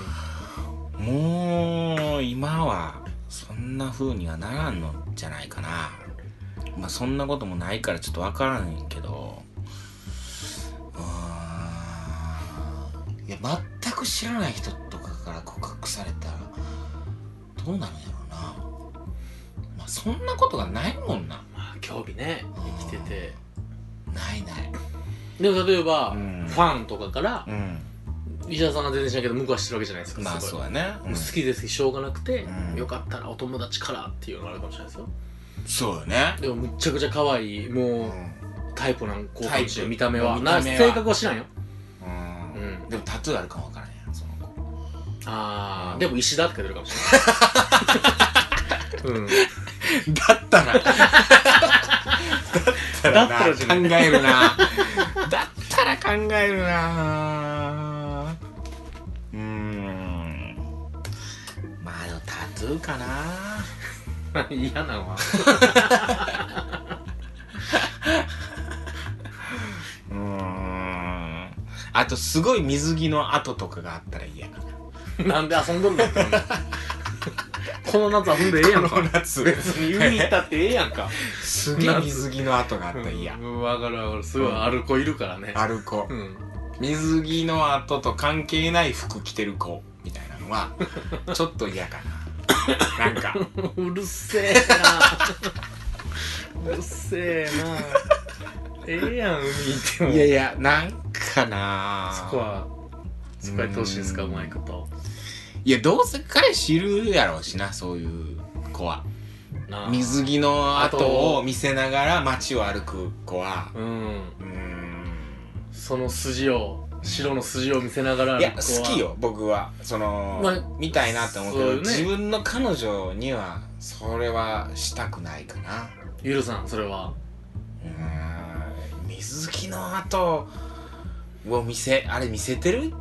Speaker 1: もう今はそんな風にはならんのじゃないかなまあそんなこともないからちょっとわからんけどうーんいや全く知らない人とかから告白されたらどうなるんやろうなまあそんなことがないもんな
Speaker 2: まあ興味ね生きてて
Speaker 1: ないない
Speaker 2: でも例えば、
Speaker 1: うん
Speaker 2: ファンとかから
Speaker 1: うん
Speaker 2: 石田さんが全然知らんけど向こうは知ってるわけじゃないですか
Speaker 1: まあ
Speaker 2: す
Speaker 1: そう
Speaker 2: ごい
Speaker 1: やね、うん
Speaker 2: もう好きですけどしょうがなくて、
Speaker 1: うん
Speaker 2: よかったらお友達からっていうのがあるかもしれないですよ
Speaker 1: そうよね
Speaker 2: でもむっちゃくちゃ可愛いもう、タイプなん子かもし
Speaker 1: タイ
Speaker 2: れ
Speaker 1: プ
Speaker 2: ん見た目は
Speaker 1: 見
Speaker 2: な
Speaker 1: た目は
Speaker 2: 性格は知らんよ
Speaker 1: うん
Speaker 2: う、ん
Speaker 1: でもタトゥーあるかもわからんやんその子
Speaker 2: あーでも石田って書いてるかもしれ *laughs* ない、うん、
Speaker 1: だったらだったらな
Speaker 2: だったらじゃない
Speaker 1: 考えるなだったら考えるなうーんまあでもタトゥーかな
Speaker 2: 嫌なんは
Speaker 1: うーんあとすごい水着の跡とかがあったら嫌かな
Speaker 2: なんで遊んどるんだってこの夏は踏んでええやん
Speaker 1: こ
Speaker 2: か
Speaker 1: の夏
Speaker 2: 別に海行ったってええやんか
Speaker 1: すげえ水着の跡があった *laughs* いや
Speaker 2: うんわかるわかるすごいある子いるからね
Speaker 1: ある子
Speaker 2: うん
Speaker 1: 水着の跡と関係ない服着てる子みたいなのはちょっと嫌かななんか
Speaker 2: うるせえなうるせえなええやん海行っても
Speaker 1: いやいやなんかな
Speaker 2: そこはそこやってほしいですか
Speaker 1: う
Speaker 2: うんまいこと
Speaker 1: いやどうせ彼知るやろうしなそういう子は
Speaker 2: なあ
Speaker 1: 水着の跡
Speaker 2: 跡
Speaker 1: を
Speaker 2: を
Speaker 1: 見せながら街を歩く子は
Speaker 2: うん
Speaker 1: うーん
Speaker 2: その筋を白の筋を見せながら
Speaker 1: いや
Speaker 2: ここは
Speaker 1: 好きよ僕はその、
Speaker 2: まあ
Speaker 1: 見たいなって思うけど
Speaker 2: そうよね
Speaker 1: 自分の彼女にはそれはしたくないかな
Speaker 2: ゆるさんそれは
Speaker 1: うーん水着の跡を見せあれ見せてる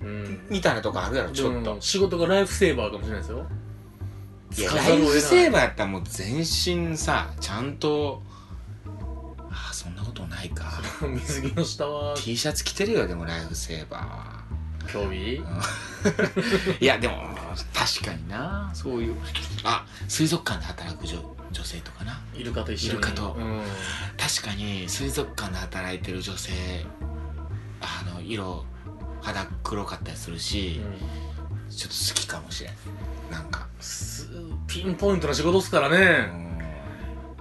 Speaker 2: うん
Speaker 1: みたいなとこあるやろち
Speaker 2: ちょ
Speaker 1: ょっ
Speaker 2: っ
Speaker 1: と
Speaker 2: と仕事がライフセーバーかもしれない
Speaker 1: *laughs*
Speaker 2: ですよ
Speaker 1: いや
Speaker 2: 使わ
Speaker 1: ラ
Speaker 2: ざる
Speaker 1: イ
Speaker 2: を得な
Speaker 1: フ
Speaker 2: い
Speaker 1: セーバーやったらもう全身さちゃんとああそんなことないか
Speaker 2: 水着の下は
Speaker 1: T シャツ着てるよでもライフセーバーは
Speaker 2: 興味
Speaker 1: いやでも確かになそういうあ水族館で働く女女性とかな
Speaker 2: イルカと一緒に
Speaker 1: イルカと
Speaker 2: うん
Speaker 1: 確かに水族館で働いてる女性あの色肌黒かったりするし、ちょっと好きかもしれんなんか
Speaker 2: すピンポイントな仕事っすから
Speaker 1: う
Speaker 2: ね
Speaker 1: ん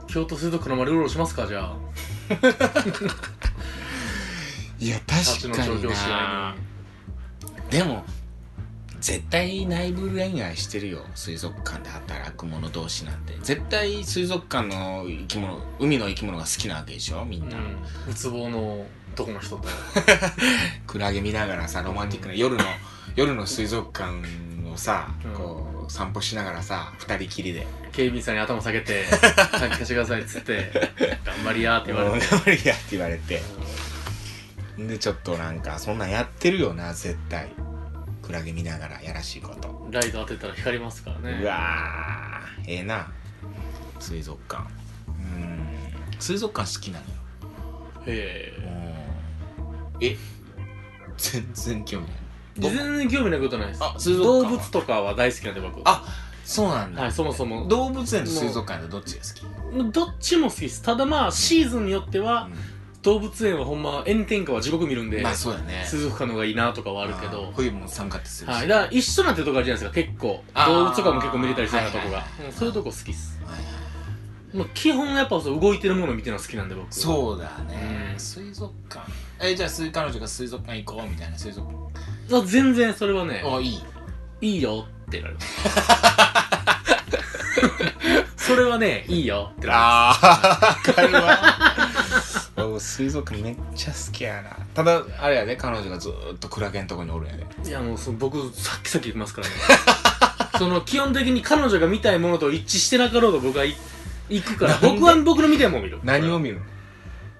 Speaker 2: 京都水族館の丸うろうろしますかじゃあ
Speaker 1: いや
Speaker 2: 立
Speaker 1: 確
Speaker 2: ちの
Speaker 1: か
Speaker 2: 調
Speaker 1: に
Speaker 2: 教
Speaker 1: な
Speaker 2: 師な
Speaker 1: でも絶対内部恋愛してるよ水族館で働く者同士なんて絶対水族館の生き物海の生き物が好きなわけでしょみんな、
Speaker 2: うんうつぼのどこの人と
Speaker 1: クラゲ見ながらさロマンティックな夜の夜の水族館をさ、
Speaker 2: うん
Speaker 1: こう散歩しながらさ二人きりで
Speaker 2: 警備員さんに頭下
Speaker 1: *laughs*
Speaker 2: げて「さっき貸してください」っつって「頑張りや」
Speaker 1: 「
Speaker 2: って
Speaker 1: 頑
Speaker 2: 言われて
Speaker 1: 張りや」って言われてでちょっとなんかそんなんやってるよな絶対クラゲ見ながらやらしいこと、
Speaker 2: ライト当てたら光りますからね
Speaker 1: うわーええな水族館うん水族館好きなのよ
Speaker 2: へ
Speaker 1: うん
Speaker 2: え
Speaker 1: え全然興味ない
Speaker 2: 全然興味ないことないです
Speaker 1: あ水族
Speaker 2: 動
Speaker 1: 館は
Speaker 2: 物とかは大好きなんで僕
Speaker 1: あそうなんだ、
Speaker 2: はいそもそもど
Speaker 1: 動物園と水族館でどっちが好き、
Speaker 2: どっちも好きですただまあシーズンによっては
Speaker 1: うん
Speaker 2: 動物園はほんま炎天下は地獄見るんで、
Speaker 1: まあそうだね
Speaker 2: 水族館の方がいいなとかはあるけ
Speaker 1: あー
Speaker 2: ど
Speaker 1: 冬も寒かったりするし、
Speaker 2: はい、だから一緒なんてとこあるじゃないですか結構
Speaker 1: あー
Speaker 2: 動物とかも結構見れたりするようなとこ
Speaker 1: は
Speaker 2: が
Speaker 1: いはいはい
Speaker 2: うんそういうとこ好きっす
Speaker 1: はいはい
Speaker 2: もう基本やっぱそう動いてるもの見てるの好きなんで僕
Speaker 1: そうだね、
Speaker 2: うん
Speaker 1: 水族館えじゃあ水彼女が水族館行こうみたいな水族館
Speaker 2: あ全然それはね
Speaker 1: あいい
Speaker 2: いいよって言わ
Speaker 1: *laughs*
Speaker 2: れますそれはねいいよって言わ
Speaker 1: あ分かる
Speaker 2: *laughs*
Speaker 1: わお水族館めっちゃ好きやなただあれやで彼女がずーっとクラゲのとこにおるんやで
Speaker 2: れますいやもうその僕さっきさっき言ってますからね *laughs* その基本的に彼女が見たいものと一致してなかろうと僕はい行くから
Speaker 1: なんで
Speaker 2: 僕は僕の見たいものを見る
Speaker 1: 何を見るの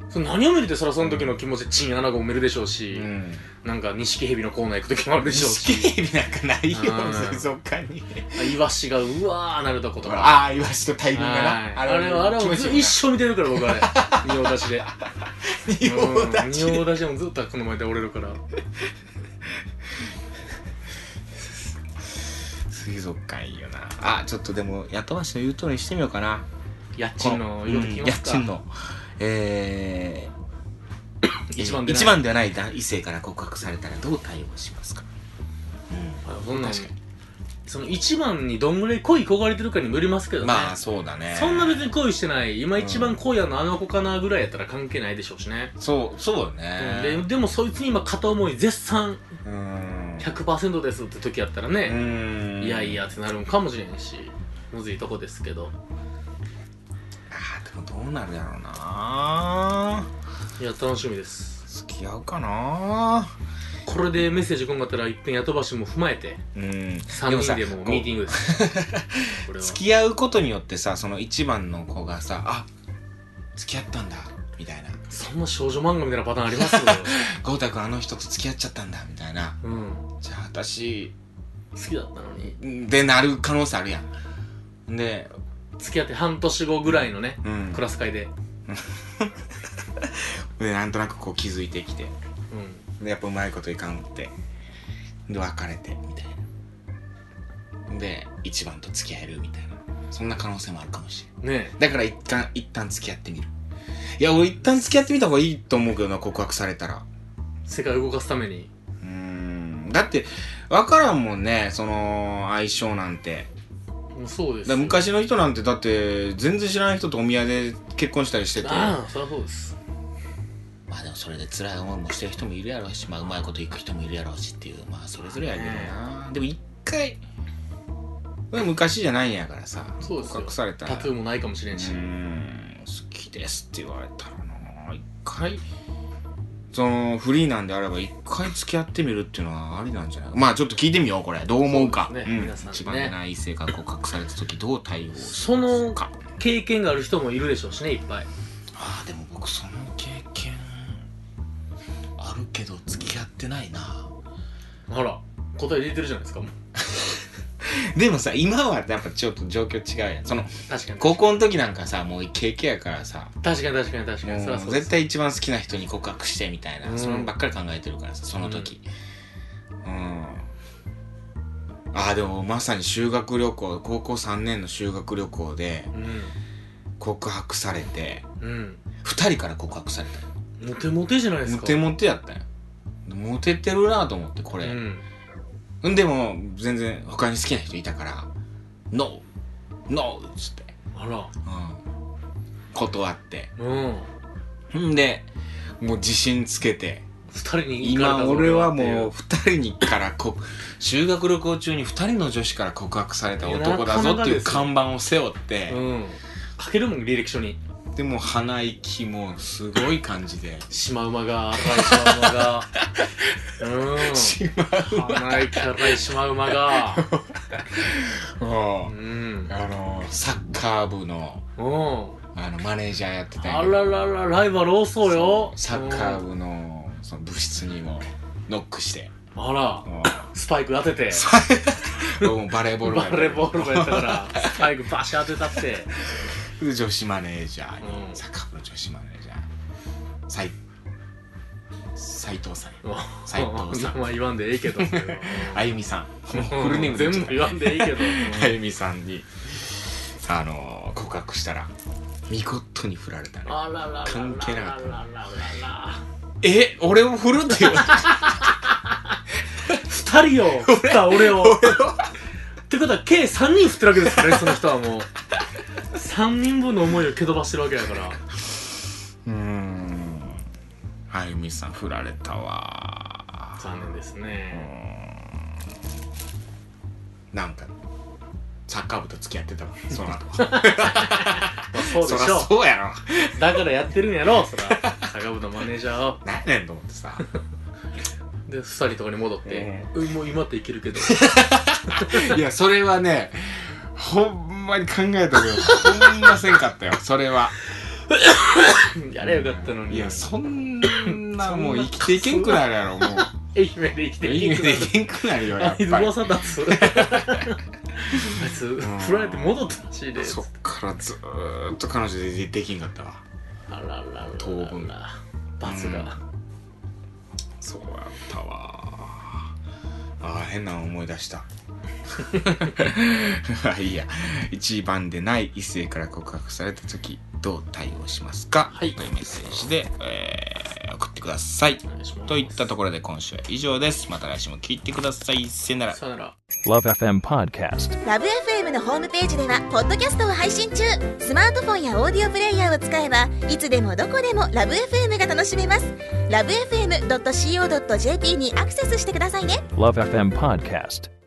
Speaker 2: その何を見るってそらその時の気持ちでチンアナゴも見るでしょうし、
Speaker 1: ん
Speaker 2: なんか錦蛇のコーナー行く時もあるでしょう
Speaker 1: 錦
Speaker 2: し
Speaker 1: エビなんかないよ
Speaker 2: うん
Speaker 1: 水族館に
Speaker 2: あイワシがうわーなるとことか
Speaker 1: ああイワシと大群が
Speaker 2: はい
Speaker 1: な
Speaker 2: あれはあれは
Speaker 1: 気持ちいい
Speaker 2: 一生見てるから僕
Speaker 1: *laughs*
Speaker 2: はね仁王立ちで
Speaker 1: よな仁王立ち
Speaker 2: うん仁王立ちでもずっとこの前で折れるから
Speaker 1: 水族館いいよなあちょっとでも雇わしの言う通りにしてみようかな
Speaker 2: 家賃の色で聞き
Speaker 1: うん家
Speaker 2: ますか、
Speaker 1: 賃のえー、
Speaker 2: 一番でない
Speaker 1: 一番ではない異性から告白されたらどう対応しますかうん
Speaker 2: あそんなん
Speaker 1: 確か
Speaker 2: その一番にどんぐらい恋焦がれてるかにもよりますけどね、
Speaker 1: まあそうだね
Speaker 2: そんな別に恋してない今
Speaker 1: うん
Speaker 2: 一番恋やのあの子かなぐらいやったら関係ないでしょうしね、
Speaker 1: そうそうだ
Speaker 2: で
Speaker 1: ね
Speaker 2: でもそいつに今片思い絶賛
Speaker 1: うーん
Speaker 2: 100%ですって時やったら
Speaker 1: う
Speaker 2: ね、
Speaker 1: ーん
Speaker 2: いやいやってなるんかもしれんしむずいとこですけど
Speaker 1: あーでもどうなるやろうない
Speaker 2: や楽しみです
Speaker 1: 付き合うかな
Speaker 2: これでメッセージ来んかったら一遍雇ばしも踏まえて
Speaker 1: うん
Speaker 2: 3人でも
Speaker 1: こ
Speaker 2: う
Speaker 1: う
Speaker 2: ミーティングですこれは
Speaker 1: 付き合うことによってさその一番の子がさあ付き合ったんだみたいな
Speaker 2: そんな少女漫画みたいなパターンありま
Speaker 1: *laughs*
Speaker 2: すよ、
Speaker 1: 豪太君あの人と付き合っちゃったんだみたいな
Speaker 2: うん、
Speaker 1: じゃあ私
Speaker 2: 好きだったのに
Speaker 1: でなる可能性あるやんで
Speaker 2: 付き合って半年後ぐらいのね、
Speaker 1: うん
Speaker 2: クラス会で、
Speaker 1: でなんとなくこう気づいてきて
Speaker 2: うん、
Speaker 1: でやっぱうまいこといかんくてで別れてみたいなで一番と付き合えるみたいなそんな可能性もあるかもしれない
Speaker 2: ね
Speaker 1: だから一旦一旦付き合ってみるいや俺一旦付き合ってみた方がいいと思うけどな告白されたら
Speaker 2: 世界を動かすために
Speaker 1: うーんだって分からんもんねその相性なんて
Speaker 2: もうそうで
Speaker 1: だ
Speaker 2: す
Speaker 1: から
Speaker 2: よ
Speaker 1: 昔の人なんてだって全然知らない人とお見合いで結婚したりしてて
Speaker 2: ああそりゃそうです
Speaker 1: まあでもそれで辛い思いもしてる人もいるやろうし、まあうまいこといく人もいるやろうしっていう、まあそれぞれやけどな。でも一回、これ昔じゃないんやからさ、
Speaker 2: そうですよ
Speaker 1: 隠されたら。
Speaker 2: タトゥーもないかもしれんし
Speaker 1: うーん、好きですって言われたらな、一回、そのフリーなんであれば一回付き合ってみるっていうのはありなんじゃないか。まあちょっと聞いてみよう、これ。どう思うか。
Speaker 2: そうですね
Speaker 1: ん
Speaker 2: 皆さんね
Speaker 1: 一番出ない異性が告白された時どう対応します
Speaker 2: その
Speaker 1: か。
Speaker 2: 経験がある人もいるでしょうしねいっぱい
Speaker 1: ああでも僕その経験あるけど付き合ってないな
Speaker 2: ほら答え出てるじゃないですかもう
Speaker 1: でもさ今はやっぱちょっと状況違うやんその
Speaker 2: 確かに
Speaker 1: 高校の時なんかさもうイケイケやからさ
Speaker 2: 確かに確かに確か
Speaker 1: も
Speaker 2: にそりゃ
Speaker 1: う
Speaker 2: そうで
Speaker 1: 絶
Speaker 2: す
Speaker 1: 対一番好きな人に告白してみたいな、
Speaker 2: うん
Speaker 1: そればっかり考えてるからさその時うん、ああでもまさに修学旅行高校3年の修学旅行で告白されて
Speaker 2: うん
Speaker 1: 2人から告白されたよ
Speaker 2: うんモテモテじゃないです
Speaker 1: モ
Speaker 2: か
Speaker 1: テモテやったよモテてるなと思ってこれ、
Speaker 2: うん
Speaker 1: うんでも全然他に好きな人いたから「NO!」NO! っつって、
Speaker 2: あ
Speaker 1: う
Speaker 2: ら
Speaker 1: ん、断って
Speaker 2: うん
Speaker 1: んでもう自信つけて
Speaker 2: 二人に行か
Speaker 1: 今
Speaker 2: れたぞ
Speaker 1: 俺は
Speaker 2: ってい
Speaker 1: もう2人にからこ修学旅行中に2人の女子から告白された男だぞっていう看板を背負って
Speaker 2: うんかけるもん履歴書に
Speaker 1: でもう鼻息もすごい感じで
Speaker 2: シマウマが赤いシマウマが
Speaker 1: しま
Speaker 2: うん鼻息赤いシマウマが
Speaker 1: う
Speaker 2: う
Speaker 1: も
Speaker 2: ん
Speaker 1: うあのサッカー部の
Speaker 2: うん
Speaker 1: あのマネージャーやってたんや
Speaker 2: あ
Speaker 1: けど
Speaker 2: らららライバル多そうよ
Speaker 1: サッカー
Speaker 2: うん
Speaker 1: 部のその部室にもノック
Speaker 2: *laughs*
Speaker 1: して
Speaker 2: あら
Speaker 1: も
Speaker 2: スパイク当てて
Speaker 1: うもうバレーボール
Speaker 2: バ
Speaker 1: 部
Speaker 2: レーボールがやったからスパイクバシャ当てたって
Speaker 1: *laughs* で女子マネージャーに、
Speaker 2: うん
Speaker 1: サッカー部の女子マネージャー斎斎藤さん斉藤
Speaker 2: *laughs*
Speaker 1: さん
Speaker 2: 名前言わんでええ
Speaker 1: *laughs*
Speaker 2: けどそれは
Speaker 1: あゆみさんもうフルネームで
Speaker 2: 全部言わんでい
Speaker 1: *laughs*
Speaker 2: いけど
Speaker 1: あゆみさんにあのー告白したら見事に振られたね
Speaker 2: あらららら
Speaker 1: 関係なかった
Speaker 2: らららら
Speaker 1: え俺を振るって言われた
Speaker 2: 二人を振った俺をってことは計3人振ってるわけですからねその人はもう3人分の思いを蹴飛ばしてるわけだか
Speaker 1: *laughs*
Speaker 2: ら
Speaker 1: うーんあゆみさん振られたわ
Speaker 2: 残念ですね
Speaker 1: なんかサッカー部と付き合ってたわ *laughs* その後
Speaker 2: まあそうで
Speaker 1: そ
Speaker 2: し
Speaker 1: りゃ
Speaker 2: ょ
Speaker 1: そうやろ
Speaker 2: うだからやってるんやろそら坂部のマネージャーを
Speaker 1: 何やねんと思って *laughs* さ
Speaker 2: で2人とかに戻って
Speaker 1: え
Speaker 2: 「うんもう今っていける
Speaker 1: *laughs*
Speaker 2: けど
Speaker 1: いやそれはねほんまに考えたけどほんませんかったよそれは
Speaker 2: やれよかったのに
Speaker 1: いやそんな
Speaker 2: そんな
Speaker 1: もう生きていけんくなるやろもう
Speaker 2: 愛媛で生きて
Speaker 1: 生
Speaker 2: い
Speaker 1: きてい
Speaker 2: く
Speaker 1: けんくなるよや
Speaker 2: あ
Speaker 1: っ *laughs*
Speaker 2: いつ
Speaker 1: ぱり
Speaker 2: 噂立つあいつ振られて戻ったらしいで
Speaker 1: そっからずーっと彼女でできんかったわ
Speaker 2: あらららら
Speaker 1: 当分
Speaker 2: 罰が、
Speaker 1: そうやったわあー変なの思い出した *laughs* いいや一番でない異性から告白された時どう対応しますか、
Speaker 2: はい
Speaker 1: というメッセージで、えー送ってください
Speaker 2: お願いします
Speaker 1: といったところで今週は以上ですまた来週も聞いてくださいさよなら
Speaker 2: さよなら
Speaker 3: Love FM Podcast.
Speaker 4: ラブ f m のホームページではポッドキャストを配信中スマートフォンやオーディオプレイヤーを使えばいつでもどこでもラブ f m が楽しめますラブ FM.co.jp にアクセスしてくださいね
Speaker 3: Love FM Podcast.